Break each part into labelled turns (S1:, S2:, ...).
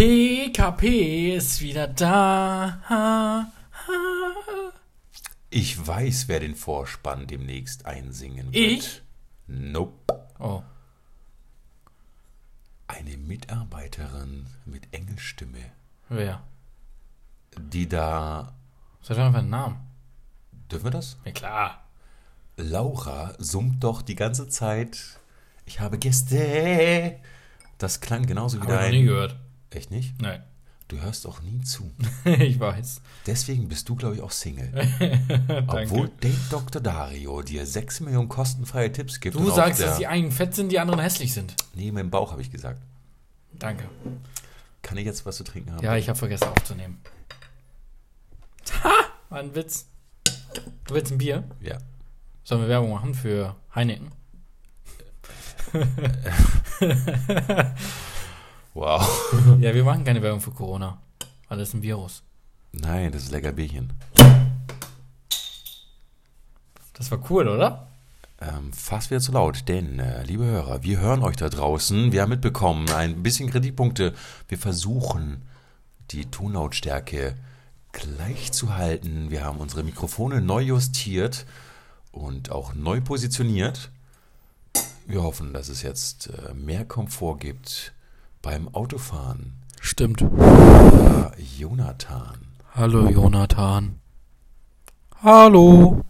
S1: PKP ist wieder da. Ha, ha.
S2: Ich weiß, wer den Vorspann demnächst einsingen wird.
S1: Ich?
S2: Nope.
S1: Oh.
S2: Eine Mitarbeiterin mit Engelstimme,
S1: Wer?
S2: die da.
S1: Sag doch einfach einen Namen.
S2: Dürfen wir das?
S1: Ja, klar.
S2: Laura summt doch die ganze Zeit. Ich habe Gäste. Das klang genauso wie
S1: Hab ich noch nie
S2: dein.
S1: gehört.
S2: Echt nicht?
S1: Nein.
S2: Du hörst auch nie zu.
S1: ich weiß.
S2: Deswegen bist du, glaube ich, auch Single. Obwohl Date Dr. Dario dir 6 Millionen kostenfreie Tipps gibt.
S1: Du
S2: und auf
S1: sagst,
S2: der-
S1: dass die einen fett sind, die anderen hässlich sind.
S2: Nee, mit dem Bauch habe ich gesagt.
S1: Danke.
S2: Kann ich jetzt was zu trinken haben?
S1: Ja, ich habe vergessen aufzunehmen. Ha! War ein Witz. Du willst ein Bier?
S2: Ja.
S1: Sollen wir Werbung machen für Heineken?
S2: Wow.
S1: Ja, wir machen keine Werbung für Corona. Weil das ist ein Virus.
S2: Nein, das ist lecker Bierchen.
S1: Das war cool, oder?
S2: Ähm, fast wieder zu laut, denn, äh, liebe Hörer, wir hören euch da draußen. Wir haben mitbekommen, ein bisschen Kreditpunkte. Wir versuchen, die Tonlautstärke gleich zu halten. Wir haben unsere Mikrofone neu justiert und auch neu positioniert. Wir hoffen, dass es jetzt äh, mehr Komfort gibt beim Autofahren.
S1: Stimmt.
S2: Ah, Jonathan.
S1: Hallo Jonathan. Hallo.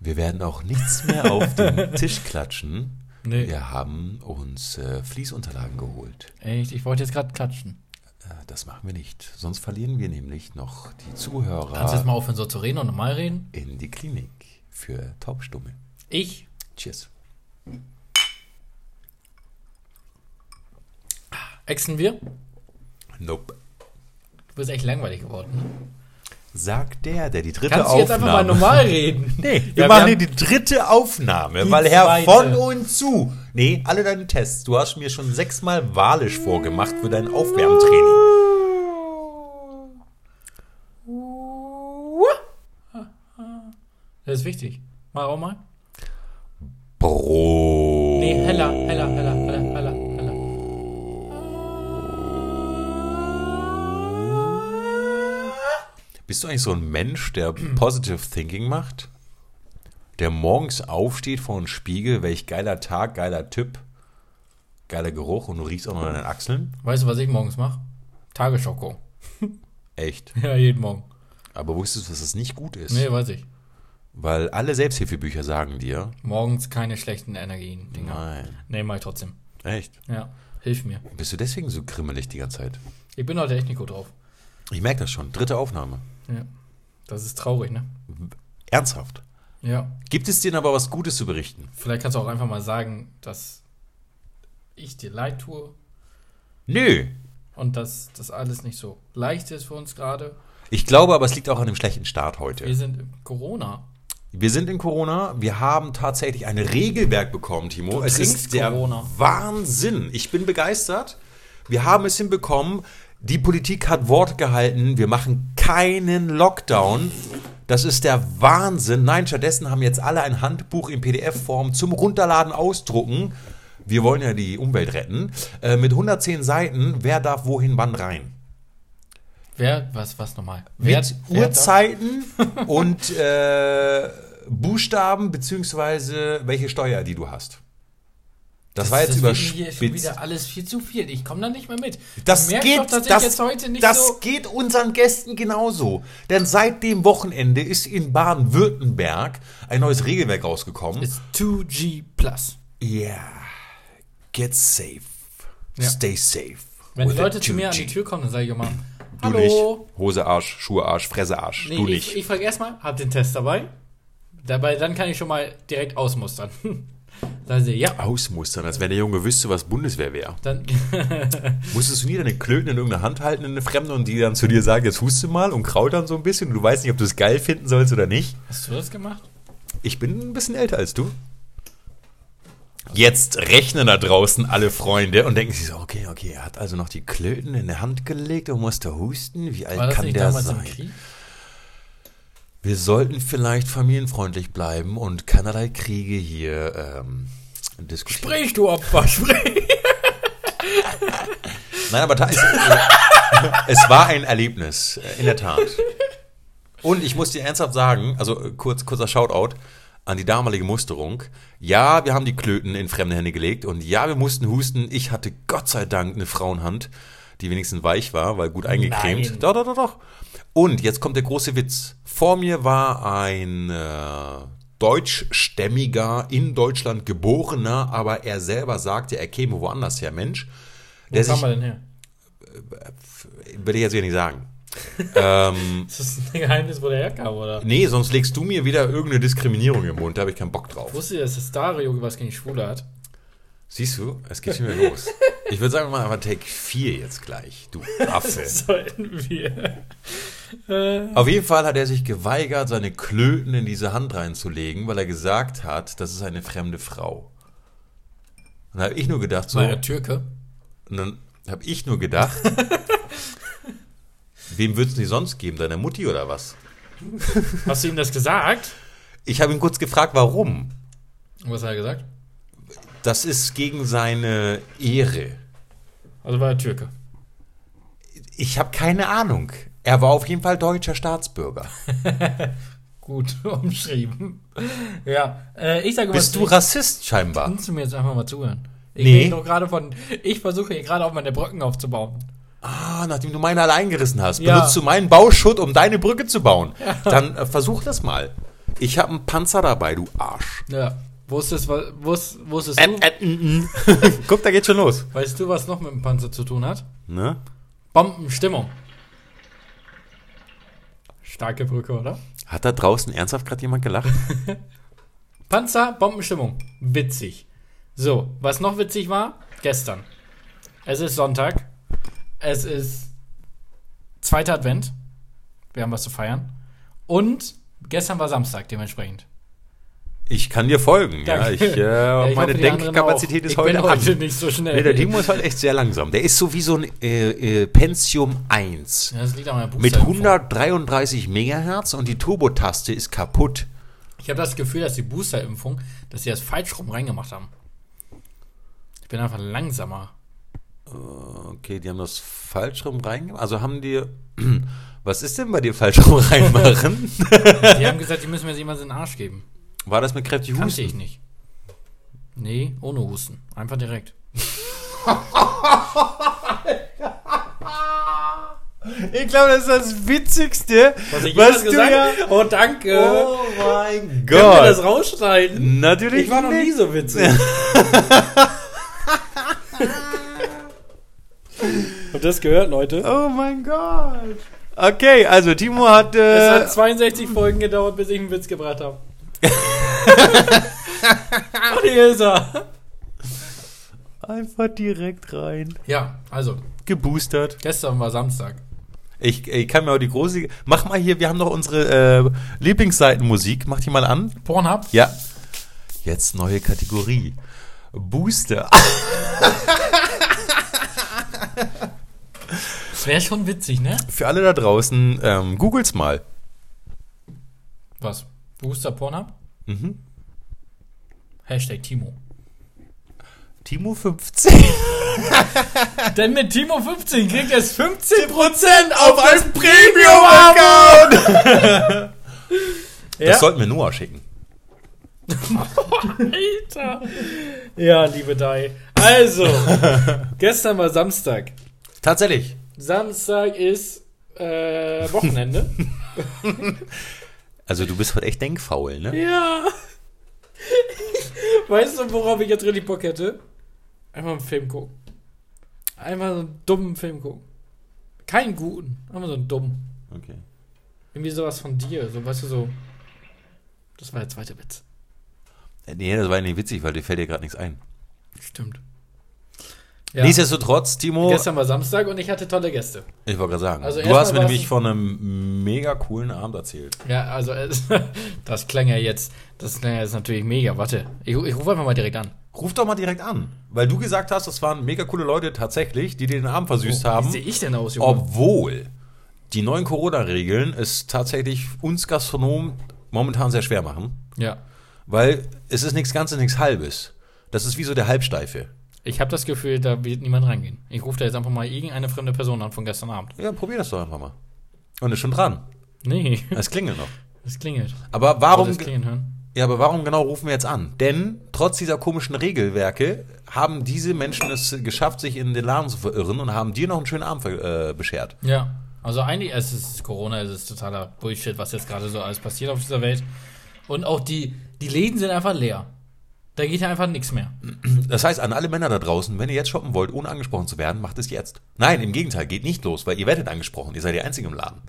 S2: Wir werden auch nichts mehr auf den Tisch klatschen.
S1: Nee,
S2: Wir haben uns äh, Fließunterlagen geholt.
S1: echt, ich wollte jetzt gerade klatschen.
S2: Äh, das machen wir nicht. Sonst verlieren wir nämlich noch die
S1: Kannst du jetzt
S2: Zuhörer
S1: mal aufhören, so zu reden und normal reden?
S2: in die Klinik für Taubstumme.
S1: Ich?
S2: Cheers.
S1: Exen wir? Du
S2: Nope.
S1: bist echt langweilig geworden. Ne?
S2: Sagt der, der die dritte
S1: Kannst du
S2: Aufnahme.
S1: jetzt einfach mal normal reden?
S2: Nee, wir
S1: Ja, wir
S2: machen
S1: haben-
S2: die dritte Aufnahme,
S1: Die
S2: weil Herr
S1: zweite.
S2: von und zu. Nee, alle deine Tests. Du hast mir schon sechsmal walisch vorgemacht für dein Aufwärmtraining.
S1: Das ist wichtig. Mal auch mal.
S2: Bro.
S1: Nee, heller, heller, heller, heller, heller, heller.
S2: Bist du eigentlich so ein Mensch, der positive thinking macht? Der morgens aufsteht vor einem Spiegel, welch geiler Tag, geiler Typ, geiler Geruch und du riechst auch noch an deinen Achseln?
S1: Weißt du, was ich morgens mache? Tagesschoko.
S2: Echt.
S1: Ja, jeden Morgen.
S2: Aber wusstest du, dass das nicht gut ist?
S1: Nee, weiß ich.
S2: Weil alle Selbsthilfebücher sagen dir,
S1: Morgens keine schlechten Energien. Dinger.
S2: nein.
S1: Nee, mach ich trotzdem.
S2: Echt.
S1: Ja, hilf mir.
S2: Bist du deswegen so krimmelig die ganze Zeit?
S1: Ich bin heute echt nicht gut drauf.
S2: Ich merke das schon. Dritte Aufnahme.
S1: Ja. Das ist traurig, ne?
S2: Ernsthaft.
S1: Ja.
S2: Gibt es dir denn aber was Gutes zu berichten?
S1: Vielleicht kannst du auch einfach mal sagen, dass ich dir leid tue
S2: Nö.
S1: und dass das alles nicht so leicht ist für uns gerade.
S2: Ich glaube aber, es liegt auch an dem schlechten Start heute.
S1: Wir sind im Corona.
S2: Wir sind in Corona. Wir haben tatsächlich ein Regelwerk bekommen, Timo.
S1: Du
S2: es
S1: trinkst
S2: ist der
S1: Corona.
S2: Wahnsinn. Ich bin begeistert. Wir haben es hinbekommen. Die Politik hat Wort gehalten. Wir machen keinen Lockdown. Das ist der Wahnsinn. Nein, stattdessen haben jetzt alle ein Handbuch in PDF-Form zum Runterladen, Ausdrucken. Wir wollen ja die Umwelt retten. Äh, mit 110 Seiten. Wer darf wohin, wann rein?
S1: Wer, was, was nochmal? Wer,
S2: mit
S1: wer darf-
S2: Uhrzeiten und äh, Buchstaben beziehungsweise welche Steuer, die du hast. Das, war jetzt
S1: das wird mir hier schon
S2: überspitzt.
S1: wieder alles viel zu viel. Ich komme da nicht mehr mit.
S2: Das
S1: du merkst
S2: geht,
S1: doch, dass
S2: das,
S1: ich jetzt heute nicht
S2: das
S1: so.
S2: geht unseren Gästen genauso. Denn seit dem Wochenende ist in Baden-Württemberg ein neues Regelwerk rausgekommen.
S1: Ist 2G Plus.
S2: yeah, get safe,
S1: Ja.
S2: stay safe.
S1: Wenn
S2: with
S1: die Leute
S2: the
S1: zu mir an die
S2: 2G.
S1: Tür kommen, dann sage ich immer:
S2: du
S1: Hallo.
S2: nicht. Hose Arsch, Schuhe Arsch, Fresse Arsch.
S1: Nee,
S2: du
S1: ich,
S2: nicht.
S1: ich frage erstmal, habt den Test dabei? Dabei, dann kann ich schon mal direkt ausmustern. Dann sehe ich, ja,
S2: Ausmustern, als wenn der Junge wüsste, was Bundeswehr wäre.
S1: dann.
S2: Musstest du nie deine Klöten in irgendeiner Hand halten in eine Fremde und die dann zu dir sagen, jetzt hust du mal und krautern so ein bisschen und du weißt nicht, ob du es geil finden sollst oder nicht?
S1: Hast du das gemacht?
S2: Ich bin ein bisschen älter als du. Jetzt rechnen da draußen alle Freunde und denken sich so, okay, okay, er hat also noch die Klöten in der Hand gelegt und musste husten. Wie alt
S1: War das
S2: kann
S1: nicht
S2: der
S1: damals im
S2: sein?
S1: Krieg?
S2: Wir sollten vielleicht familienfreundlich bleiben und keinerlei Kriege hier ähm, diskutieren.
S1: Sprich, du Opfer, sprich!
S2: Nein, aber da ist, es war ein Erlebnis, äh, in der Tat. Und ich muss dir ernsthaft sagen, also äh, kurz, kurzer Shoutout an die damalige Musterung. Ja, wir haben die Klöten in fremde Hände gelegt und ja, wir mussten husten. Ich hatte Gott sei Dank eine Frauenhand, die wenigstens weich war, weil gut eingecremt.
S1: Nein.
S2: Doch, doch, doch, doch. Und jetzt kommt der große Witz. Vor mir war ein äh, deutschstämmiger, in Deutschland geborener, aber er selber sagte, er käme woanders her, Mensch.
S1: Wo
S2: Der
S1: kam
S2: sich,
S1: man denn her?
S2: will ich jetzt wieder nicht sagen. Ähm,
S1: Ist das ein Geheimnis, wo der herkam, oder?
S2: Nee, sonst legst du mir wieder irgendeine Diskriminierung im Mund, da habe ich keinen Bock drauf.
S1: Wusstet ihr, dass das Dario was gegen Schwule hat?
S2: Siehst du, es geht schon wieder los. Ich würde sagen, wir machen einfach Take 4 jetzt gleich, du Affe.
S1: Sollten wir. äh,
S2: Auf jeden Fall hat er sich geweigert, seine Klöten in diese Hand reinzulegen, weil er gesagt hat, das ist eine fremde Frau. Und habe ich nur gedacht, so,
S1: War er Türke?
S2: und dann habe ich nur gedacht, wem würdest du die sonst geben, deiner Mutti oder was?
S1: Hast du ihm das gesagt?
S2: Ich habe ihn kurz gefragt, warum.
S1: Und was hat er gesagt?
S2: Das ist gegen seine Ehre.
S1: Also war er Türke.
S2: Ich habe keine Ahnung. Er war auf jeden Fall deutscher Staatsbürger.
S1: Gut umschrieben. Ja, äh, ich sage mal,
S2: Bist du Rassist scheinbar?
S1: kannst du mir jetzt einfach mal zuhören? Ich
S2: Nee.
S1: rede doch gerade von, ich versuche hier gerade auch meine Brücken aufzubauen.
S2: Ah, nachdem du meine alle eingerissen hast,
S1: Ja.
S2: benutzt du meinen Bauschutt, um deine Brücke zu bauen. Dann äh, versuch das mal. Ich habe einen Panzer dabei, du Arsch.
S1: Ja. Wusstest, wa- wusst, wusstest
S2: Ä-
S1: du,
S2: ä- n- n. Guck, da geht's schon los.
S1: weißt du, was noch mit dem Panzer zu tun hat?
S2: Ne?
S1: Bombenstimmung. Starke Brücke, oder?
S2: Hat da draußen ernsthaft gerade jemand gelacht?
S1: Panzer, Bombenstimmung. Witzig. So, was noch witzig war? Gestern. Es ist Sonntag. Es ist zweiter Advent. Wir haben was zu feiern. Und gestern war Samstag dementsprechend.
S2: Ich kann dir folgen. Ja, ich, äh,
S1: Ja, ich
S2: meine
S1: hoffe, die anderen
S2: Denkkapazität
S1: auch.
S2: ist
S1: ich
S2: heute,
S1: bin heute
S2: an.
S1: nicht so
S2: Nee,
S1: schnell.
S2: der Dimo ist halt echt sehr langsam. Der ist so wie so ein äh, äh, Pentium 1.
S1: Ja, das liegt an meiner
S2: Mit
S1: Buchstabenform.
S2: 133 Megahertz und die Turbotaste ist kaputt.
S1: Ich habe das Gefühl, dass die Booster-Impfung, dass sie das falsch rum reingemacht haben. Ich bin einfach langsamer.
S2: Okay, die haben das falsch rum reingemacht. Also haben die. Was ist denn bei dir falsch rum reinmachen?
S1: Die haben gesagt, die müssen mir jetzt jemals in den Arsch geben.
S2: War das mit kräftig
S1: Kannte ich
S2: Husten?
S1: nicht. Nee, ohne Husten. Einfach direkt.
S2: Ich glaube, das ist das Witzigste, was,
S1: Oh, danke.
S2: Oh mein
S1: Können wir das
S2: Gott.
S1: rausschneiden?
S2: Natürlich
S1: Ich war noch nie
S2: nicht.
S1: so witzig. Und das gehört, Leute.
S2: Oh mein Gott. Okay, also Timo hat.
S1: Es
S2: Äh,
S1: hat 62 Folgen gedauert, bis ich einen Witz gebracht habe. Und hier ist er.
S2: einfach direkt rein.
S1: Ja, also,
S2: Geboostert.
S1: gestern war Samstag.
S2: Ich, ich kann mir auch die große. Mach mal hier, wir haben noch unsere äh, Lieblingsseitenmusik. Mach die mal an.
S1: Pornhub?
S2: Ja. Jetzt neue Kategorie. Booster.
S1: Das wäre schon witzig, ne?
S2: Für alle da draußen, ähm, googelt's mal.
S1: Was? Booster Pornhub?
S2: Mhm.
S1: Hashtag Timo.
S2: Timo 15.
S1: Denn mit Timo 15 kriegt er es 15%.
S2: auf ein Premium-Account! Das
S1: Ja.
S2: sollten wir Noah schicken.
S1: Alter. Ja, liebe Dai. Also, gestern war Samstag.
S2: Tatsächlich.
S1: Samstag ist äh, Wochenende.
S2: Also du bist heute echt denkfaul, ne?
S1: ja. Weißt du, worauf ich jetzt richtig Bock hätte? Einmal einen Film gucken. Einmal so einen dummen Film gucken. Keinen guten, einmal so einen dummen.
S2: Okay.
S1: Irgendwie sowas von dir, so weißt du so. Das war der zweite Witz.
S2: Nee, das war nicht witzig, weil dir fällt dir gerade nichts ein.
S1: Stimmt. oh. Ja.
S2: Nichtsdestotrotz, Timo,
S1: Gestern war Samstag und ich hatte tolle Gäste.
S2: ich wollte gerade sagen,
S1: Also
S2: du
S1: erstmal
S2: hast mir
S1: war's-
S2: nämlich von einem mega coolen Abend erzählt.
S1: Ja, also es, das klang ja jetzt, das klang ja jetzt natürlich mega. Warte, ich, ru- ich rufe einfach mal direkt an.
S2: Ruf doch mal direkt an, weil du gesagt hast, das waren mega coole Leute tatsächlich, die dir den Abend versüßt
S1: Oh, Wie
S2: haben.
S1: sehe ich denn aus, Junge?
S2: Obwohl die neuen Corona-Regeln es tatsächlich uns Gastronomen momentan sehr schwer machen,
S1: Ja.
S2: weil es ist nichts Ganzes, nichts Halbes. Das ist wie so der Halbsteife.
S1: Ich habe das Gefühl, da wird niemand rangehen. Ich rufe da jetzt einfach mal irgendeine fremde Person an von gestern Abend.
S2: Ja, probier das doch einfach mal. Und ist schon dran.
S1: Nee,
S2: Es klingelt noch.
S1: es klingelt.
S2: Aber
S1: Warum?
S2: warum,
S1: Das klingeln hören.
S2: ja, aber warum genau rufen wir jetzt an? Denn trotz dieser komischen Regelwerke haben diese Menschen es geschafft, sich in den Laden zu verirren und haben dir noch einen schönen Abend ver- äh, beschert.
S1: Ja. Also eigentlich es ist Corona, es ist totaler Bullshit, was jetzt gerade so alles passiert auf dieser Welt. Und auch die, die Läden sind einfach leer. Da geht ja einfach nichts mehr.
S2: Das heißt, an alle Männer da draußen, wenn ihr jetzt shoppen wollt, ohne angesprochen zu werden, macht es jetzt. Nein, im Gegenteil, geht nicht los, weil ihr werdet angesprochen. Ihr seid die Einzigen im Laden.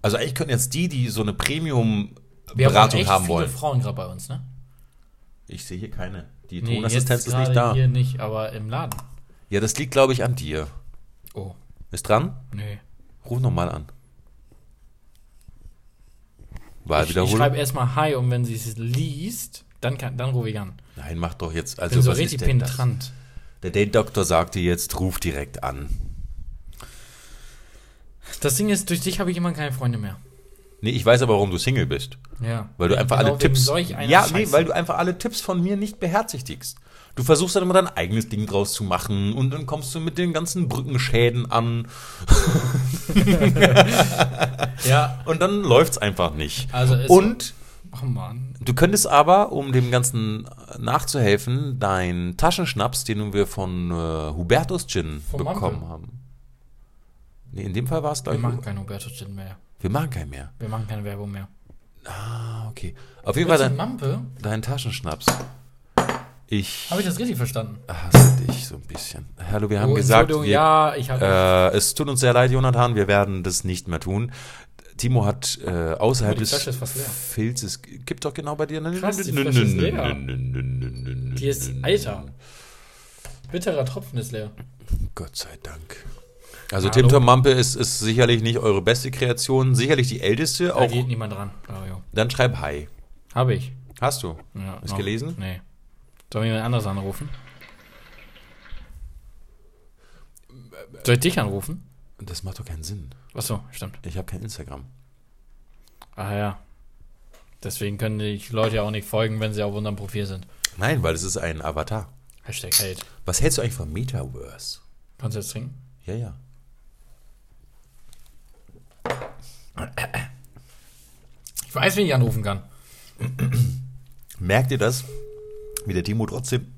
S2: Also eigentlich können jetzt die, die so eine
S1: Wir
S2: Premium-Beratung
S1: echt
S2: haben,
S1: viele
S2: wollen.
S1: Frauen gerade bei uns, ne?
S2: Ich sehe hier keine. Die
S1: Nee,
S2: Tonassistenz
S1: jetzt
S2: ist nicht
S1: gerade
S2: da.
S1: Hier nicht, aber im Laden.
S2: Ja, das liegt, glaube ich, an dir.
S1: Oh,
S2: Ist dran?
S1: nee.
S2: Ruf nochmal an. Wahl
S1: Ich, ich schreibe
S2: Ah, wiederholen.
S1: erstmal Hi und wenn sie es liest, dann, kann, dann rufe ich an.
S2: Nein, mach doch jetzt.
S1: Bin
S2: Also,
S1: so
S2: was ist
S1: richtig
S2: denn das?
S1: penetrant.
S2: Der Date-Doktor sagte jetzt, ruf direkt an.
S1: Das. Ding ist, durch dich habe ich immer keine Freunde mehr.
S2: Nee, ich weiß aber, warum du Single bist.
S1: Ja.
S2: Weil du einfach
S1: Genau
S2: alle
S1: wegen
S2: Tipps.
S1: Solch einer
S2: ja, nee,
S1: Scheiße.
S2: weil du einfach alle Tipps von mir nicht beherzigst. Du versuchst dann immer dein eigenes Ding draus zu machen und dann kommst du mit den ganzen Brückenschäden an
S1: Ja,
S2: und dann läuft's einfach nicht.
S1: also es
S2: und
S1: Oh Mann.
S2: Du könntest aber, um dem Ganzen nachzuhelfen, deinen Taschenschnaps, den wir von äh, Hubertus Gin
S1: Vom
S2: bekommen
S1: Ampel.
S2: haben. Nee, in dem Fall war es, glaube
S1: Wir
S2: ich.
S1: machen keinen Hubertus Gin mehr.
S2: wir machen keinen mehr.
S1: Wir machen keine Werbung mehr.
S2: Ah, okay. Auf jeden Fall
S1: Willst du
S2: dein,
S1: Mampe?
S2: deinen Taschenschnaps. Ich
S1: Habe ich das richtig verstanden?
S2: hasse dich so ein bisschen. Hallo, wir haben
S1: Oh,
S2: gesagt,
S1: Entschuldigung,
S2: wir,
S1: ja, ich habe.
S2: äh, es tut uns sehr leid, Jonathan, wir werden das nicht mehr tun. Timo hat äh, außerhalb
S1: Oh, die
S2: des
S1: Flasche ist fast leer.
S2: Filzes, gibt doch genau bei dir.
S1: Krass, die Flasche ist leer. die ist alter. Bitterer Tropfen ist leer.
S2: Gott sei Dank. Also
S1: Hallo.
S2: Tim Tom Mampe ist, ist sicherlich nicht eure beste Kreation, sicherlich die älteste.
S1: Da
S2: Auch,
S1: geht niemand ran, Dario.
S2: dann schreib Hi.
S1: Habe ich.
S2: Hast du?
S1: Ja,
S2: Ist gelesen?
S1: Nee. Soll mir jemand anders anrufen? Soll ich dich anrufen?
S2: Das macht doch keinen Sinn.
S1: Achso, stimmt.
S2: Ich habe kein Instagram.
S1: Ah ja. Deswegen können die Leute ja auch nicht folgen, wenn sie auf unserem Profil sind.
S2: Nein, weil es ist ein Avatar.
S1: Hashtag Hate.
S2: Was hältst du eigentlich von Metaverse?
S1: Kannst du jetzt trinken?
S2: Ja, ja.
S1: Ich weiß, wen ich anrufen kann.
S2: Merkt ihr das? Wie der Timo trotzdem.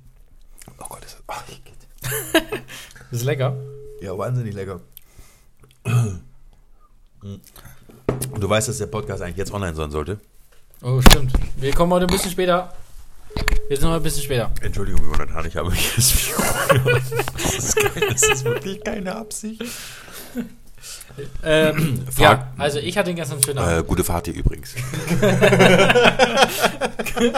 S2: Oh Gott, ist das. Oh, ich geht.
S1: Ist lecker.
S2: Ja, wahnsinnig lecker. Und du weißt, dass der Podcast eigentlich jetzt online sein sollte?
S1: Oh, stimmt. Wir kommen heute ein bisschen später. Wir sind heute ein bisschen später.
S2: Entschuldigung, Jonathan, ich habe mich jetzt. das, ist keine, das ist wirklich keine Absicht.
S1: Ähm,
S2: Frag-
S1: ja, also ich hatte den gestern schönen Abend.
S2: Äh, gute Fahrt dir übrigens. ja, erzähl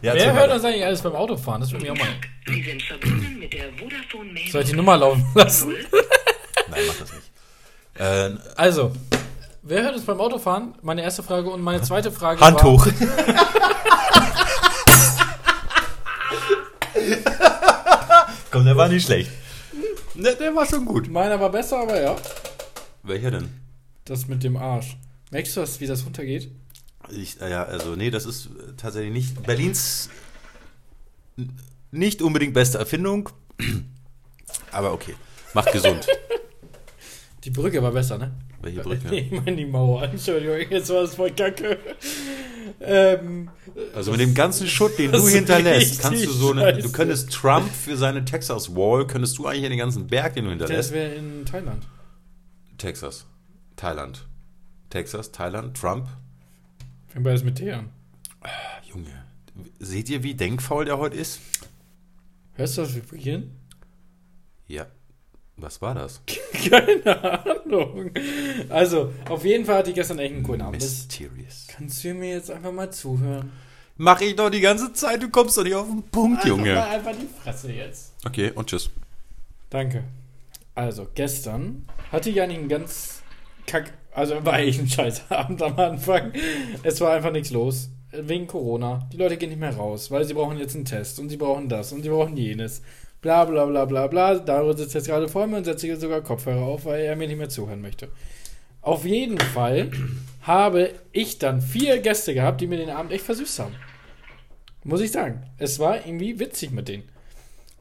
S1: Wer
S2: weiter.
S1: hört uns eigentlich alles beim Autofahren? Das würde mich auch mal.
S3: Sie sind verbunden mit der Vodafone Mail.
S1: Soll ich die Nummer laufen lassen?
S2: Nein, mach das nicht. Äh,
S1: Also, wer hört uns beim Autofahren? Meine erste Frage und meine zweite Frage
S2: Hand
S1: war,
S2: hoch. Komm, der war nicht schlecht. Der, der war schon gut.
S1: Meiner war besser, aber ja.
S2: Welcher denn?
S1: Das mit dem Arsch. Merkst du, das, wie das runtergeht?
S2: Ich, äh, ja, also nee, das ist äh, tatsächlich nicht Berlins n- nicht unbedingt beste Erfindung, aber okay, macht gesund.
S1: Die Brücke war besser, ne?
S2: Welche Brücke?
S1: Ich meine die Mauer. Entschuldigung, jetzt war das voll kacke. Ähm,
S2: Also mit dem ganzen Schutt, den
S1: das
S2: du
S1: ist
S2: hinterlässt,
S1: richtig
S2: kannst du so eine, du
S1: scheiße.
S2: könntest Trump für seine Texas Wall, könntest du eigentlich den ganzen Berg, den du
S1: das
S2: hinterlässt.
S1: wäre in Thailand.
S2: Texas, Thailand, Texas, Thailand, Trump. Ah,
S1: Fängt beides mit T an.
S2: Junge, seht ihr, wie denkfaul der heute ist?
S1: Hörst du das vibrieren?
S2: Ja. Was war das?
S1: Keine Ahnung. Also, auf jeden Fall hatte ich gestern echt einen coolen Abend. Das
S2: Mysterious.
S1: kannst du mir jetzt einfach mal zuhören?
S2: Mach ich doch die ganze Zeit, du kommst doch nicht auf den Punkt, Junge.
S1: Einfach, mal einfach die Fresse jetzt.
S2: Okay, und tschüss.
S1: Danke. Also, gestern hatte ich eigentlich einen ganz kack. Also, war eigentlich ein scheiß Abend am Anfang. Es war einfach nichts los. Wegen Corona. Die Leute gehen nicht mehr raus, weil sie brauchen jetzt einen Test und sie brauchen das und sie brauchen jenes. Bla bla bla bla bla. Dario sitzt jetzt gerade vor mir und setzt sich sogar Kopfhörer auf, weil er mir nicht mehr zuhören möchte. Auf jeden Fall habe ich dann vier Gäste gehabt, die mir den Abend echt versüßt haben. Muss ich sagen. Es war irgendwie witzig mit denen.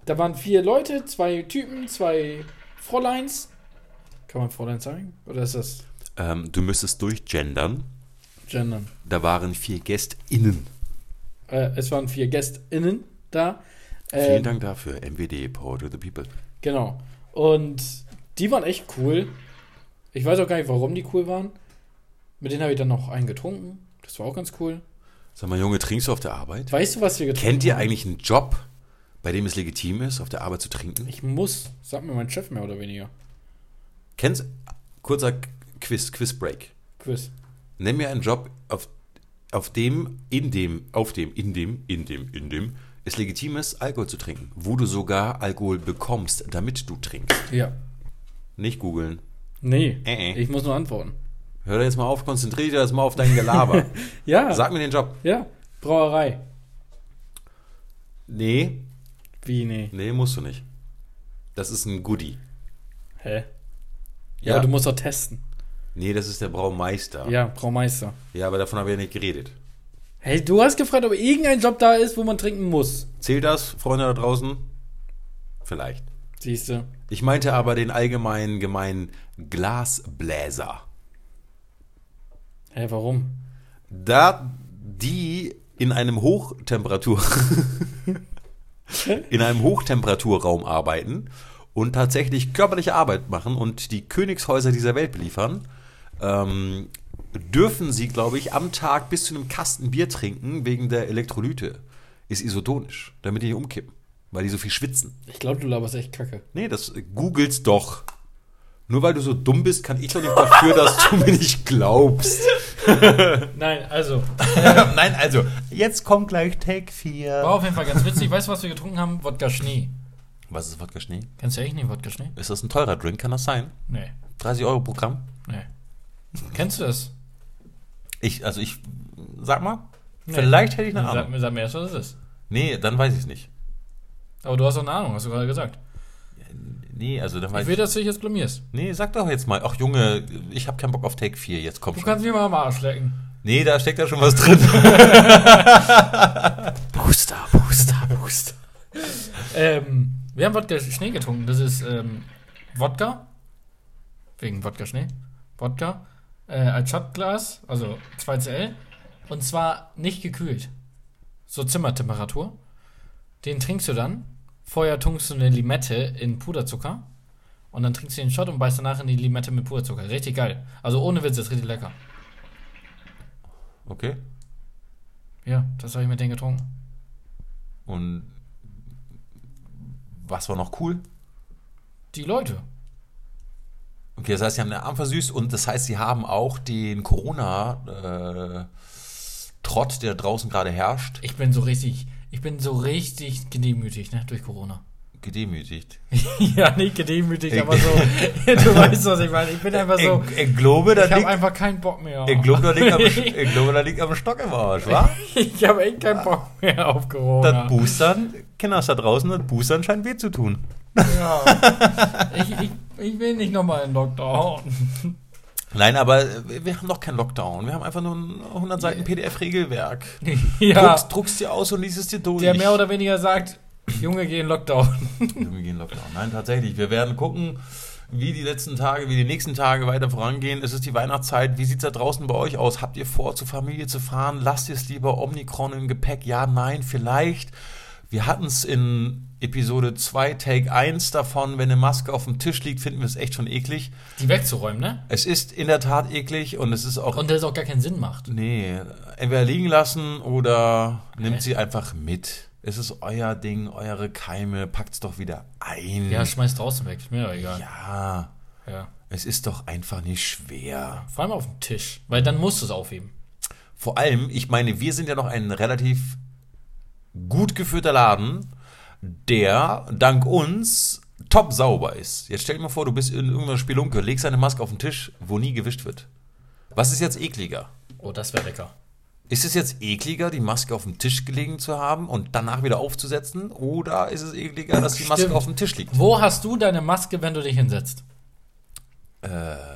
S1: Da waren vier Leute, zwei Typen, zwei Fräuleins. Kann man Fräulein sagen? Oder ist das
S2: Ähm, du müsstest durchgendern.
S1: Gendern?
S2: Da waren vier GästInnen.
S1: Äh, es waren vier GästInnen da. Ähm,
S2: Vielen Dank dafür, MWD, Power to the People.
S1: Genau. Und die waren echt cool. Ich weiß auch gar nicht, warum die cool waren. Mit denen habe ich dann noch einen getrunken. Das war auch ganz cool.
S2: Sag mal, Junge, trinkst du auf der Arbeit?
S1: Weißt du, was wir getrunken
S2: Kennt ihr eigentlich einen Job, bei dem es legitim ist, auf der Arbeit zu trinken?
S1: Ich muss. Sagt mir mein Chef mehr oder weniger.
S2: Kennst kurzer Quiz, Quizbreak.
S1: Quiz.
S2: Nimm mir einen Job, auf, auf dem, in dem, auf dem, in dem, in dem, in dem es legitim ist, Alkohol zu trinken. Wo du sogar Alkohol bekommst, damit du trinkst.
S1: Ja.
S2: Nicht googeln.
S1: Nee.
S2: Äh, äh.
S1: Ich muss nur antworten.
S2: Hör da jetzt mal auf, konzentriere dich jetzt mal auf dein Gelaber.
S1: Ja.
S2: Sag mir den Job.
S1: Ja. Brauerei.
S2: Nee,
S1: Wie, nee.
S2: nee, musst du nicht. Das ist ein Goodie.
S1: Hä? Ja, aber du musst doch testen.
S2: Nee, das ist der Braumeister.
S1: Ja, Braumeister.
S2: ja, aber davon habe ich ja nicht geredet.
S1: Hey, du hast gefragt, ob irgendein Job da ist, wo man trinken muss.
S2: Zählt das, Freunde da draußen? Vielleicht.
S1: Siehst du?
S2: Ich meinte aber den allgemeinen, gemeinen Glasbläser.
S1: Hä, warum?
S2: Da die in einem Hochtemperatur in einem Hochtemperaturraum arbeiten und tatsächlich körperliche Arbeit machen und die Königshäuser dieser Welt beliefern, ähm, dürfen sie, glaube ich, am Tag bis zu einem Kasten Bier trinken wegen der Elektrolyte. Ist isotonisch, damit die nicht umkippen, weil die so viel schwitzen.
S1: Ich glaube, du laberst echt kacke.
S2: Nee, das äh, googelst doch. Nur weil du so dumm bist, kann ich doch nicht dafür, dass du mir nicht glaubst.
S1: Nein, also,
S2: Nein, also, jetzt kommt gleich Take 4.
S1: war auf jeden Fall ganz witzig. Weißt du, was wir getrunken haben? Wodka Schnee.
S2: Was ist Wodka Schnee?
S1: Kennst du echt nicht Wodka Schnee?
S2: Ist das ein teurer Drink? Kann das sein?
S1: Nee,
S2: 30 Euro Programm?
S1: nee. Kennst du das?
S2: Ich, also ich, sag mal,
S1: Nee.
S2: vielleicht hätte ich eine
S1: Sag
S2: Ahnung.
S1: mir, sag mir erst, was es ist.
S2: Nee, dann weiß ich es nicht.
S1: Aber du hast doch eine Ahnung, hast du gerade gesagt.
S2: Nee, also dann
S1: Ich
S2: weiß
S1: will,
S2: ich.
S1: dass du dich jetzt blamierst.
S2: Nee, sag doch jetzt mal. Ach Junge, ich habe keinen Bock auf Take 4, jetzt komm
S1: Du
S2: schon.
S1: kannst mir mal am Arsch lecken.
S2: Nee, da steckt ja schon was drin. Booster, Booster, Booster.
S1: Ähm, wir haben Wodka Schnee getrunken. Das ist ähm, Wodka. Wegen Wodka Schnee. Wodka. Äh, als Schottglas, also 2CL. Und zwar nicht gekühlt. So Zimmertemperatur. Den trinkst du dann. Vorher tunkst du eine Limette in Puderzucker. Und dann trinkst du den Shot und beißt danach in die Limette mit Puderzucker. Richtig geil. Also ohne Witz, das ist richtig lecker.
S2: Okay.
S1: Ja, das habe ich mit denen getrunken.
S2: Und was war noch cool?
S1: Die Leute.
S2: Okay, das heißt, sie haben den Arm versüßt und das heißt, sie haben auch den Corona-Trott, der draußen gerade herrscht,
S1: Ich bin so richtig, ich bin so richtig gedemütigt, ne, durch Corona.
S2: gedemütigt.
S1: Ja, nicht gedemütigt,
S2: Ich-
S1: aber so. Du weißt, was ich meine. Ich bin einfach so.
S2: ich, ich glaube, da
S1: Ich habe
S2: liegt,
S1: einfach keinen Bock mehr.
S2: ich glaube, da liegt, am, ich glaube, da liegt am Stock im Arsch, wa?
S1: Ich habe echt keinen Bock mehr auf Corona.
S2: Das Boostern, Kinder da draußen, das Boostern scheint weh zu tun.
S1: Ja. Ich, ich, ich will nicht nochmal in Lockdown.
S2: Nein, aber äh, wir haben noch keinen Lockdown. Wir haben einfach nur ein 100 Seiten PDF-Regelwerk.
S1: Ja.
S2: Druckst, druckst dir aus und liest es dir durch.
S1: Der mehr oder weniger sagt, Junge, geh in Lockdown.
S2: Wir gehen Lockdown. Nein, tatsächlich. Wir werden gucken, wie die letzten Tage, wie die nächsten Tage weiter vorangehen. Es ist die Weihnachtszeit. Wie sieht es da draußen bei euch aus? Habt ihr vor, zur Familie zu fahren? Lasst ihr es lieber Omikron im Gepäck? Ja, nein, vielleicht. Wir hatten es in Episode 2, Take 1 davon. Wenn eine Maske auf dem Tisch liegt, finden wir es echt schon eklig.
S1: Die wegzuräumen, ne?
S2: Es ist in der Tat eklig und es ist auch.
S1: Und das auch gar keinen Sinn macht.
S2: nee, entweder liegen lassen oder nimmt sie einfach mit. Es ist euer Ding, eure Keime, packt's doch wieder ein.
S1: Ja, schmeiß draußen weg. Ist mir doch egal.
S2: Ja,
S1: Ja.
S2: es ist doch einfach nicht schwer.
S1: Vor allem auf dem Tisch. Weil dann musst du es aufheben.
S2: Vor allem, ich meine, wir sind ja noch ein relativ gut geführter Laden, der dank uns top sauber ist. Jetzt stell dir mal vor, du bist in irgendeiner Spielunke, legst eine Maske auf den Tisch, wo nie gewischt wird. Was ist jetzt ekliger?
S1: Oh, das wäre lecker.
S2: Ist es jetzt ekliger, die Maske auf dem Tisch gelegen zu haben und danach wieder aufzusetzen? Oder ist es ekliger, dass die Maske
S1: Stimmt.
S2: auf dem Tisch liegt?
S1: Wo hast du deine Maske, wenn du dich hinsetzt?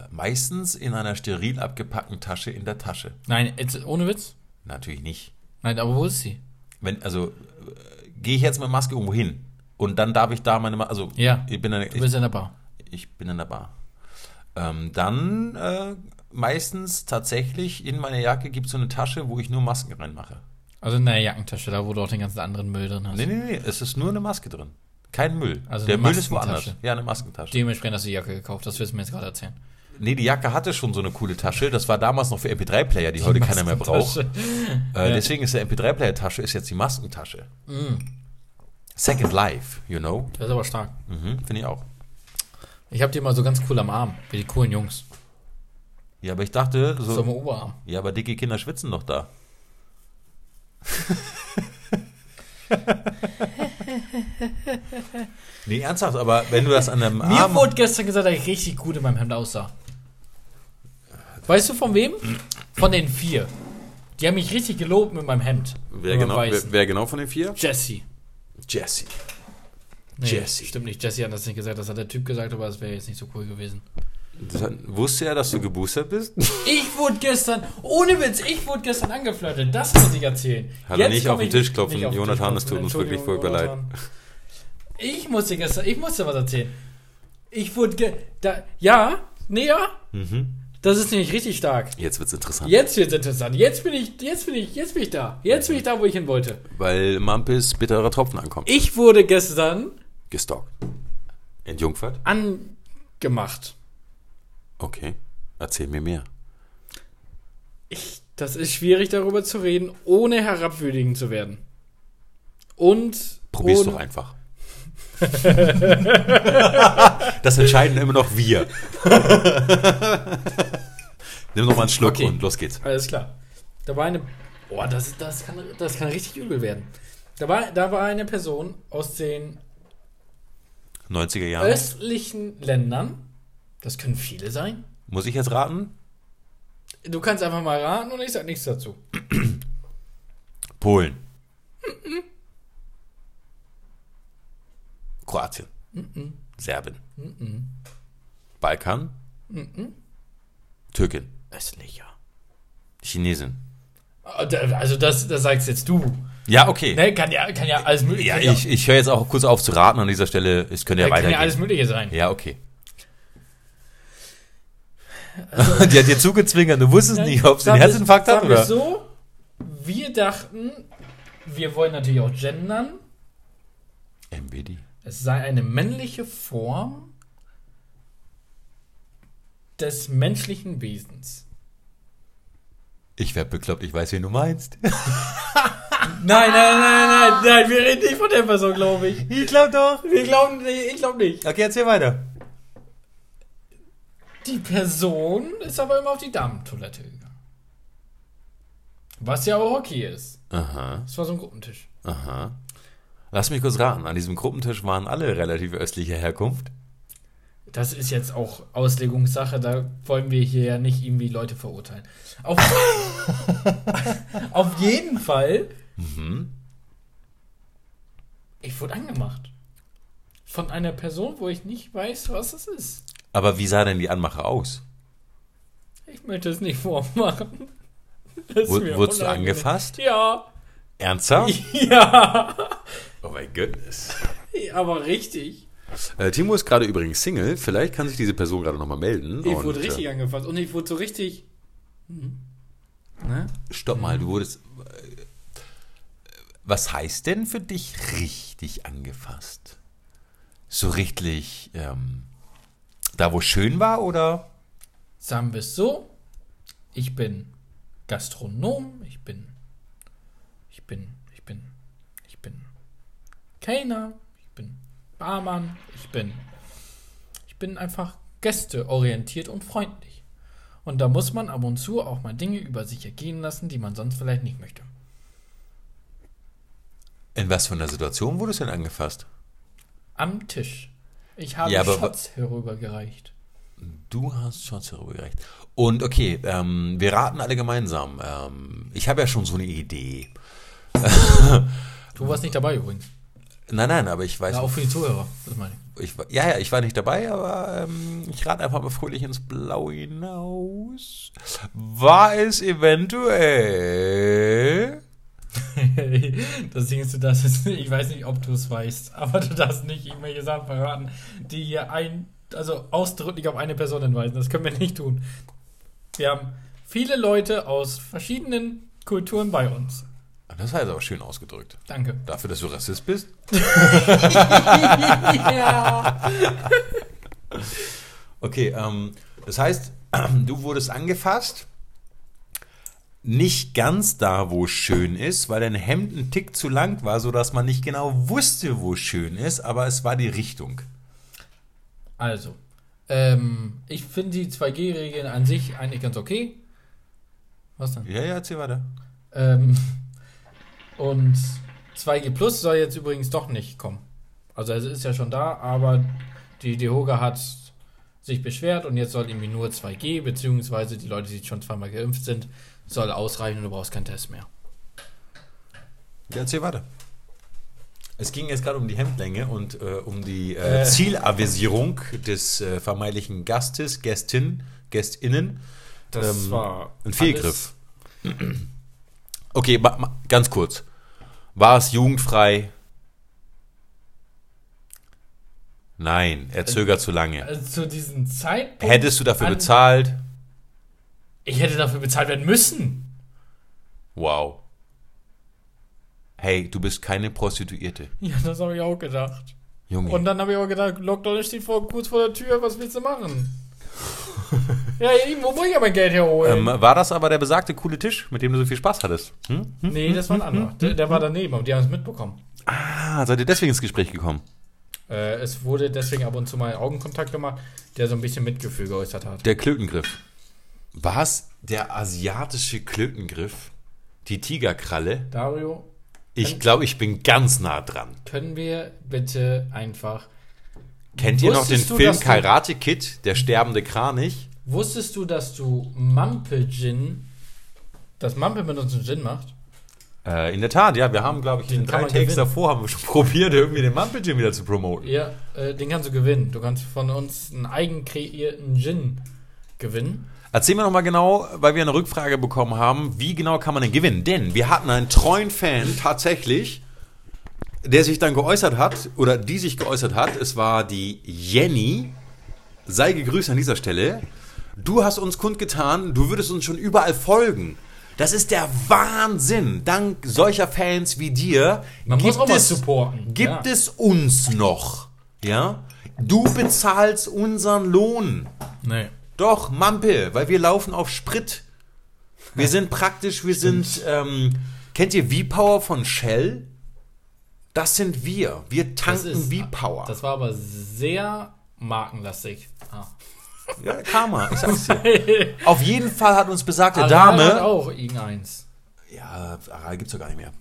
S2: Meistens in einer steril abgepackten Tasche in der Tasche.
S1: Nein, jetzt, ohne Witz?
S2: Natürlich nicht.
S1: Nein, aber wo ist sie?
S2: Wenn, also äh, gehe ich jetzt mit Maske irgendwo hin Und dann darf ich da meine, Ma- also
S1: Ja.
S2: ich bin eine,
S1: Du
S2: ich,
S1: bist in der Bar.
S2: ich bin in der Bar. Ähm, dann äh, meistens tatsächlich in meiner Jacke gibt es so eine Tasche, wo ich nur Masken reinmache.
S1: Also in der Jackentasche, da wo du auch den ganzen anderen Müll drin hast.
S2: Nee, nee, nee, es ist nur eine Maske drin. Kein Müll.
S1: Also
S2: der
S1: eine
S2: Müll ist
S1: Maskentasche.
S2: woanders. Ja, eine Maskentasche.
S1: Dementsprechend hast du die Jacke gekauft, das willst du mir jetzt gerade erzählen.
S2: nee, die Jacke hatte schon so eine coole Tasche. Das war damals noch für MP3-Player, die, heute keiner mehr braucht. Äh, Deswegen ist der MP3-Player-Tasche ist jetzt die Maskentasche.
S1: Mhm.
S2: Second Life, you know?
S1: Das ist aber stark.
S2: Mhm, Finde ich auch.
S1: Ich hab die mal so ganz cool am Arm, wie die coolen Jungs.
S2: Ja, aber ich dachte, so,
S1: So am Oberarm.
S2: ja, aber dicke Kinder schwitzen doch da. nee, ernsthaft, aber wenn du das an einem
S1: Mir
S2: Arm...
S1: wurde gestern gesagt, dass ich richtig gut in meinem Hemd aussah. Weißt du von wem? Von den vier. Die haben mich richtig gelobt mit meinem Hemd. Mit meinem weißen.
S2: genau von den vier?
S1: Jesse.
S2: Jesse.
S1: Nee,
S2: Jesse.
S1: Stimmt nicht, Jesse hat das nicht gesagt, das hat der Typ gesagt, aber das wäre jetzt nicht so cool gewesen.
S2: Das hat, wusste er, dass du geboostert bist?
S1: Ich wurde gestern, ohne Witz, ich wurde gestern angeflirtet. Das muss ich erzählen.
S2: Hat er
S1: Jetzt
S2: nicht
S1: komm
S2: auf den
S1: ich
S2: Tisch klopfen.
S1: nicht auf den
S2: Jonathan,
S1: Tisch
S2: es tut
S1: klopfen.
S2: uns wirklich
S1: Entschuldigung,
S2: furchtbar
S1: Jonathan. Ich musste gestern, ich musste was erzählen. Ich wurde, ge da, ja, nee, ja.
S2: Mhm.
S1: Das ist nämlich richtig stark.
S2: Jetzt wird's interessant.
S1: Jetzt wird's interessant. Jetzt bin ich, jetzt bin ich, jetzt bin ich da. Jetzt bin ich da, wo ich hin wollte.
S2: Weil Mampis bitterer Tropfen ankommt.
S1: Ich wurde gestern
S2: Gestalkt. In Jungfurt?
S1: angemacht.
S2: Okay. Erzähl mir mehr.
S1: Das ist schwierig, darüber zu reden, ohne herabwürdigend zu werden. Und
S2: Probier's
S1: ohne-
S2: doch einfach. das entscheiden immer noch wir. Nimm noch mal einen Schluck
S1: Okay.
S2: und los geht's.
S1: Alles klar. Da war eine. Boah, das, das, kann, das kann richtig übel werden. Da war, da war eine Person aus den
S2: 90er Jahre.
S1: östlichen Ländern. Das können viele sein.
S2: Muss ich jetzt raten?
S1: Du kannst einfach mal raten und ich sag nichts dazu.
S2: Polen. Kroatien. Serben. Balkan. Türkin.
S1: Östlicher.
S2: Chinesin.
S1: Also, das, das sagst jetzt du.
S2: Ja, okay.
S1: Ne, kann, ja, kann ja alles Mögliche
S2: Ja,
S1: sein.
S2: ich, ich höre jetzt auch kurz auf zu raten an dieser Stelle. Es könnte ja,
S1: kann ja alles
S2: weitergehen.
S1: Mögliche sein.
S2: Ja, okay. Also, Die hat dir zugezwingert. Du wusstest nicht, ob sie
S1: Sagen
S2: einen
S1: wir-
S2: Herzinfarkt hat
S1: sagen wir
S2: oder.
S1: so, wir dachten, wir wollen natürlich auch gendern.
S2: MBD.
S1: Es sei eine männliche Form des menschlichen Wesens.
S2: Ich werde bekloppt. Ich weiß, wen du meinst.
S1: Nein, nein, nein, nein, nein, wir reden nicht von der Person, glaube ich.
S2: Ich glaube doch.
S1: Wir glauben, nee, ich glaube nicht.
S2: Okay, erzähl weiter.
S1: Die Person ist aber immer auf die Damentoilette gegangen. Was ja auch okay ist.
S2: Aha,
S1: Das war so ein Gruppentisch.
S2: aha. Lass mich kurz raten. An diesem Gruppentisch waren alle relativ östlicher Herkunft.
S1: Das ist jetzt auch Auslegungssache, da wollen wir hier ja nicht irgendwie Leute verurteilen. Auf, auf jeden Fall.
S2: Mhm.
S1: Ich wurde angemacht. Von einer Person, wo ich nicht weiß, was es ist.
S2: Aber wie sah denn die Anmache aus?
S1: Ich möchte es nicht vormachen. Das ist
S2: Wur-
S1: mir
S2: wurdest du
S1: unangenehm.
S2: angefasst?
S1: Ja.
S2: Ernsthaft?
S1: Ja.
S2: Oh mein goodness.
S1: Aber richtig.
S2: Äh, Timo ist gerade übrigens Single. Vielleicht kann sich diese Person gerade nochmal melden.
S1: Ich
S2: und,
S1: wurde richtig
S2: äh,
S1: angefasst. Und ich wurde so richtig. hm? Ne?
S2: Stopp mal, du wurdest. äh, Was heißt denn für dich richtig angefasst? So richtig. Ähm, da, wo schön war oder?
S1: Sagen wir es so, ich bin Gastronom, ich bin, ich bin, ich bin, ich bin Kellner, ich bin Barmann, ich bin, ich bin einfach gästeorientiert und freundlich. Und da muss man ab und zu auch mal Dinge über sich ergehen lassen, die man sonst vielleicht nicht möchte.
S2: In was für einer Situation wurdest du denn angefasst?
S1: Am Tisch. Ich habe
S2: Ja, aber wa-
S1: Schatz herübergereicht.
S2: Du hast Shots herübergereicht. Und okay, ähm, wir raten alle gemeinsam. Ähm, ich habe ja schon so eine Idee.
S1: Du warst nicht dabei übrigens.
S2: Nein, nein, aber ich weiß.
S1: Ja, auch für die Zuhörer, das meine ich.
S2: Ich, war- ja, ja, ich war nicht dabei, aber ähm, ich rate einfach mal fröhlich ins Blaue hinaus. War es eventuell
S1: das Ding ist, du darfst jetzt nicht, ich weiß nicht, ob du es weißt, aber du darfst nicht irgendwelche Sachen verraten, die hier ein, also ausdrücklich auf eine Person hinweisen. Das können wir nicht tun. Wir haben viele Leute aus verschiedenen Kulturen bei uns.
S2: Ah, Das war jetzt aber schön ausgedrückt.
S1: Danke.
S2: Dafür, dass du Rassist bist?
S1: ja.
S2: Okay, ähm, das heißt, du wurdest angefasst. Nicht ganz da, wo schön ist, weil dein Hemd ein Tick zu lang war, sodass man nicht genau wusste, wo schön ist, aber es war die Richtung.
S1: Also, ähm, ich finde die 2G-Regeln an sich eigentlich ganz okay. Was denn?
S2: Ja, ja, erzähl weiter.
S1: Ähm, und 2G Plus soll jetzt übrigens doch nicht kommen. Also es ist ja schon da, aber die DEHOGA hat sich beschwert und jetzt soll irgendwie nur 2G, beziehungsweise die Leute, die schon zweimal geimpft sind, soll ausreichen und du brauchst keinen Test mehr.
S2: Ja, erzähl weiter. Es ging jetzt gerade um die Hemdlänge und äh, um die äh, Zielavisierung des äh, vermeintlichen Gastes, Gästin, Gästinnen.
S1: Das
S2: Ähm,
S1: war
S2: Ein Fehlgriff. Okay, ma- ma- ganz kurz. War es jugendfrei? Nein, er zögert zu lange.
S1: Alles, also zu diesem Zeitpunkt.
S2: Hättest du dafür
S1: an-
S2: bezahlt?
S1: Ich hätte dafür bezahlt werden müssen.
S2: Wow. Hey, du bist keine Prostituierte.
S1: Ja, das habe ich auch gedacht.
S2: Junge.
S1: Und dann habe ich auch gedacht, Lockdown steht vor, kurz vor der Tür, was willst du machen? ja, irgendwo muss ich ja mein Geld herholen.
S2: ähm, war das aber der besagte coole Tisch, mit dem du so viel Spaß hattest? Hm?
S1: nee, das war ein anderer. Der, der war daneben, aber die haben es mitbekommen.
S2: Ah, seid ihr deswegen ins Gespräch gekommen?
S1: Äh, es wurde deswegen ab und zu mal Augenkontakt gemacht, der so ein bisschen Mitgefühl geäußert hat.
S2: Der Klötengriff. War es der asiatische Klötengriff? Die Tigerkralle?
S1: Dario, Ähm,
S2: Ich glaube, ich bin ganz nah dran.
S1: können wir bitte einfach.
S2: Kennt ihr noch den
S1: Wusstest du,
S2: Film
S1: dass du-
S2: Karate Kid, der sterbende Kranich?
S1: Wusstest du, dass du Mampe-Gin, dass Mampe mit uns einen Gin macht?
S2: Äh, in der Tat, ja, wir haben, glaube ich, in den
S1: Den kann
S2: drei
S1: man
S2: Takes
S1: gewinnen.
S2: davor haben wir schon probiert, irgendwie den Mumble Gym wieder zu promoten.
S1: Ja, äh, den kannst du gewinnen. Du kannst von uns einen eigen kreierten Gin gewinnen.
S2: Erzähl mir nochmal genau, weil wir eine Rückfrage bekommen haben, wie genau kann man denn gewinnen? Denn wir hatten einen treuen Fan tatsächlich, der sich dann geäußert hat, oder die sich geäußert hat. Es war die Jenny. Sei gegrüßt an dieser Stelle. Du hast uns kundgetan, du würdest uns schon überall folgen. Das ist der Wahnsinn. Dank solcher Fans wie dir
S1: Man muss auch mal supporten,
S2: Gibt
S1: ja.
S2: es uns noch? Ja? Du bezahlst unseren Lohn.
S1: Nee.
S2: Doch, Mampe, weil wir laufen auf Sprit. Wir sind praktisch, wir sind, ähm, kennt ihr V-Power von Shell? Das sind wir. Wir tanken V-Power.
S1: Das war aber sehr markenlastig. Ah.
S2: Ja, Karma, ich sag's dir. auf jeden Fall hat uns besagte
S1: Aral Ah, Also, hat
S2: Dame.
S1: auch irgendeins.
S2: Ja, Aral gibt's doch gar nicht mehr.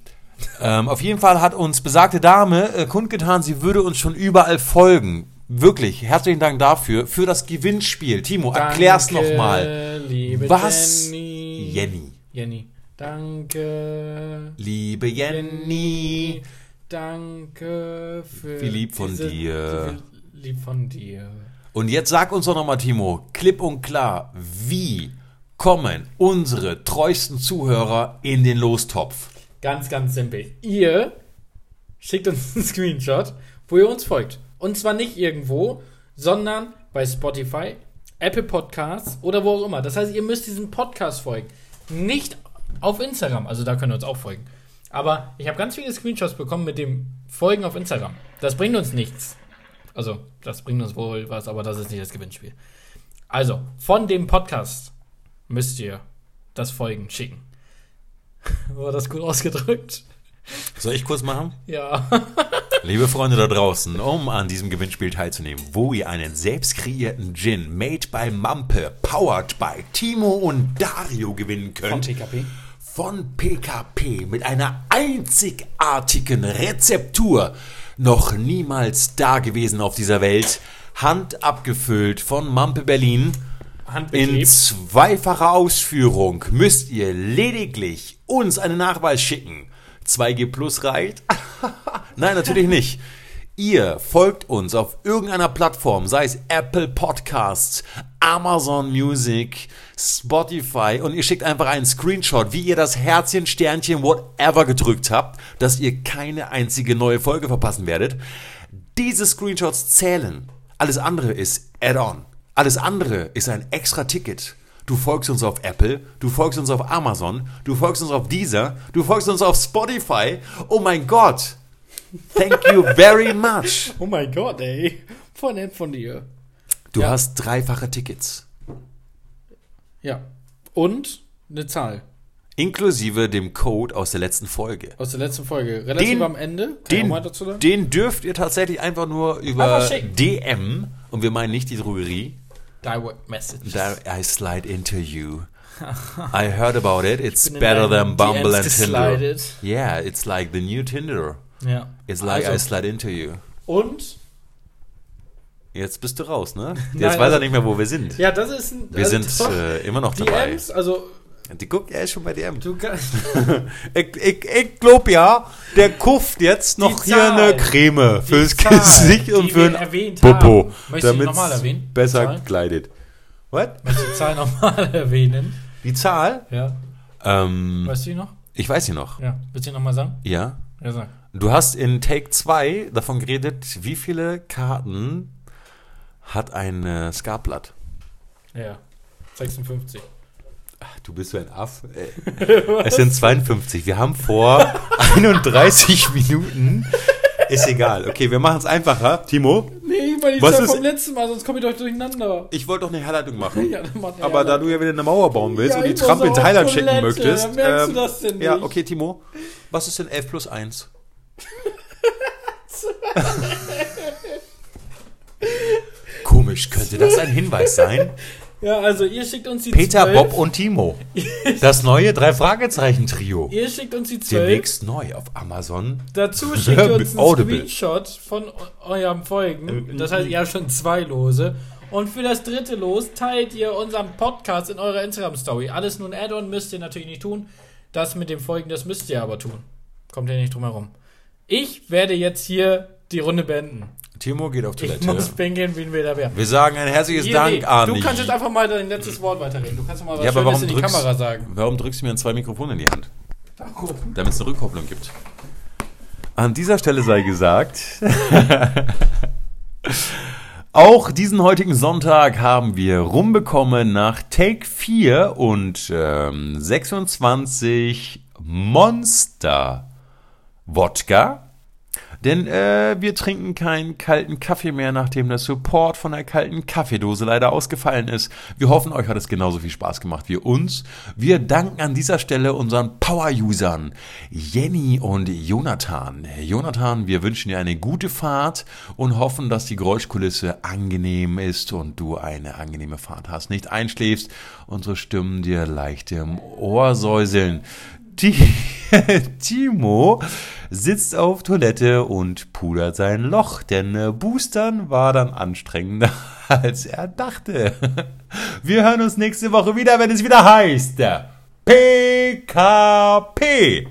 S2: ähm, auf jeden Fall hat uns besagte Dame äh, kundgetan, sie würde uns schon überall folgen. Wirklich, herzlichen Dank dafür, für das Gewinnspiel. Timo, erklär's
S1: Danke,
S2: nochmal.
S1: Liebe
S2: Was?
S1: Jenny.
S2: Jenny.
S1: Jenny. Danke.
S2: Liebe Jenny.
S1: Danke für.
S2: Wie lieb von dir.
S1: Wie lieb von dir.
S2: Und jetzt sag uns doch nochmal, Timo, klipp und klar, wie kommen unsere treuesten Zuhörer in den Lostopf?
S1: Ganz, ganz simpel. Ihr schickt uns einen Screenshot, wo ihr uns folgt. Und zwar nicht irgendwo, sondern bei Spotify, Apple Podcasts oder wo auch immer. Das heißt, ihr müsst diesem Podcast folgen. Nicht auf Instagram. Also da könnt ihr uns auch folgen. Aber ich habe ganz viele Screenshots bekommen mit dem Folgen auf Instagram. Das bringt uns nichts. Also, das bringt uns wohl was, aber das ist nicht das Gewinnspiel. Also, von dem Podcast müsst ihr das Folgen schicken. War das gut ausgedrückt?
S2: Soll ich kurz machen?
S1: Ja.
S2: Liebe Freunde da draußen, um an diesem Gewinnspiel teilzunehmen, wo ihr einen selbst kreierten Gin made by Mampe, powered by Timo und Dario gewinnen könnt,
S1: PKP.
S2: von PKP mit einer einzigartigen Rezeptur, noch niemals dagewesen auf dieser Welt, handabgefüllt von Mampe Berlin. In
S1: Handbeklebt.
S2: zweifacher Ausführung müsst ihr lediglich uns einen Nachweis schicken. 2G Plus reicht? Nein, natürlich nicht. Ihr folgt uns auf irgendeiner Plattform, sei es Apple Podcasts, Amazon Music, Spotify und ihr schickt einfach einen Screenshot, wie ihr das Herzchen, Sternchen, whatever gedrückt habt, dass ihr keine einzige neue Folge verpassen werdet. Diese Screenshots zählen. Alles andere ist Add-on. Alles andere ist ein extra Ticket. Du folgst uns auf Apple, du folgst uns auf Amazon, du folgst uns auf Deezer, du folgst uns auf Spotify. Oh mein Gott! Thank you very much.
S1: Oh mein Gott, ey. Voll nett von dir.
S2: Du
S1: Ja.
S2: hast dreifache Tickets.
S1: Ja. Und eine Zahl
S2: Inklusive dem Code aus der letzten Folge.
S1: aus der letzten Folge. Relativ
S2: Den-
S1: am Ende. Kann ich auch
S2: Den,
S1: mal dazu sagen?
S2: den dürft ihr tatsächlich einfach nur über
S1: Einfach schicken.
S2: DM, und wir meinen nicht die Drogerie,
S1: Direct Message.
S2: There I slide into you. I heard about it. It's
S1: bin in
S2: better
S1: deinen
S2: than Bumble and
S1: DMs
S2: Tinder.
S1: geslided.
S2: Yeah, it's like the new Tinder.
S1: ja.
S2: It's like I
S1: also,
S2: slide into you.
S1: und?
S2: Jetzt bist du raus, ne? Jetzt
S1: Nein,
S2: weiß
S1: also-
S2: er nicht mehr, wo wir sind.
S1: Ja, das ist ein.
S2: wir
S1: also
S2: sind
S1: doch,
S2: äh, immer noch dabei.
S1: DMs, also
S2: Die guckt, er ist schon bei DM.
S1: du kannst.
S2: Ich, ich, ich glaub ja, der kufft jetzt noch
S1: Die
S2: hier
S1: Zahl.
S2: eine Creme
S1: Die
S2: fürs
S1: Zahl,
S2: Gesicht und
S1: die
S2: für
S1: wir
S2: ein
S1: erwähnt
S2: Popo,
S1: haben. Möchtest du die
S2: damit
S1: nochmal erwähnen?
S2: besser
S1: Zahl?
S2: kleidet. What?
S1: Möchte ich die Zahl nochmal erwähnen?
S2: Die Zahl?
S1: Ja.
S2: Ähm,
S1: Weißt du die noch?
S2: ich weiß sie noch.
S1: Ja. Willst du die nochmal sagen?
S2: Ja.
S1: Ja, sag.
S2: Du hast in Take 2 davon geredet, wie viele Karten hat ein äh, Skarblatt.
S1: Ja. 56.
S2: Du bist so ein Aff. ey. Es sind 52. Wir haben vor 31 Minuten. Ist egal. Okay, wir machen es einfacher. Timo?
S1: Nee, weil die
S2: Was
S1: Zahl
S2: ist-
S1: vom letzten Mal, sonst komme ich doch durcheinander.
S2: Ich wollte doch eine Herleitung machen.
S1: Ja, dann macht eine
S2: aber da
S1: Herleitung.
S2: du ja wieder eine Mauer bauen willst
S1: Ja,
S2: und die
S1: ich muss
S2: Trump in
S1: auf
S2: Thailand
S1: Toilette,
S2: schicken möchtest. ähm,
S1: merkst du das denn
S2: Ja,
S1: nicht?
S2: okay, Timo. Was ist denn 11 plus 1? Komisch, könnte das ein Hinweis sein?
S1: Ja, also ihr schickt uns die
S2: Peter,
S1: 12.
S2: Bob und Timo. Das neue Drei-Fragezeichen-Trio.
S1: Ihr schickt uns die 12.
S2: Demnächst neu auf Amazon.
S1: Dazu schickt ihr uns einen
S2: Audible.
S1: Screenshot von eu- euren Folgen. Das heißt, ihr habt schon zwei Lose. Und für das dritte Los teilt ihr unseren Podcast in eurer Instagram-Story. Alles nun Add-on müsst ihr natürlich nicht tun. Das mit dem Folgen, das müsst ihr aber tun. Kommt ihr nicht drum herum. Ich werde jetzt hier die Runde beenden.
S2: Timo geht auf
S1: Ich
S2: Toilette.
S1: muss pinkeln, wie ein Wilder
S2: Wir sagen ein herzliches
S1: Hier,
S2: Dank,
S1: nee,
S2: Arne.
S1: Du kannst jetzt einfach mal dein letztes Wort weiterreden. Du kannst doch mal was
S2: ja, aber
S1: Schönes
S2: warum
S1: in die
S2: drückst,
S1: Kamera sagen.
S2: warum drückst du mir zwei Mikrofone in die Hand? Damit es eine Rückkopplung gibt. An dieser Stelle sei gesagt, auch diesen heutigen Sonntag haben wir rumbekommen nach Take 4 und ähm, 26 Monster Wodka. Denn äh, wir trinken keinen kalten Kaffee mehr, nachdem der Support von der kalten Kaffeedose leider ausgefallen ist. Wir hoffen, euch hat es genauso viel Spaß gemacht wie uns. Wir danken an dieser Stelle unseren Power-Usern Jenny und Jonathan. Jonathan, wir wünschen dir eine gute Fahrt und hoffen, dass die Geräuschkulisse angenehm ist und du eine angenehme Fahrt hast. Nicht einschläfst, unsere Stimmen dir leicht im Ohr säuseln. Ti- Timo sitzt auf Toilette und pudert sein Loch, denn äh, Boostern war dann anstrengender, als er dachte. Wir äh, hören uns nächste Woche wieder, wenn es wieder heißt. PKP.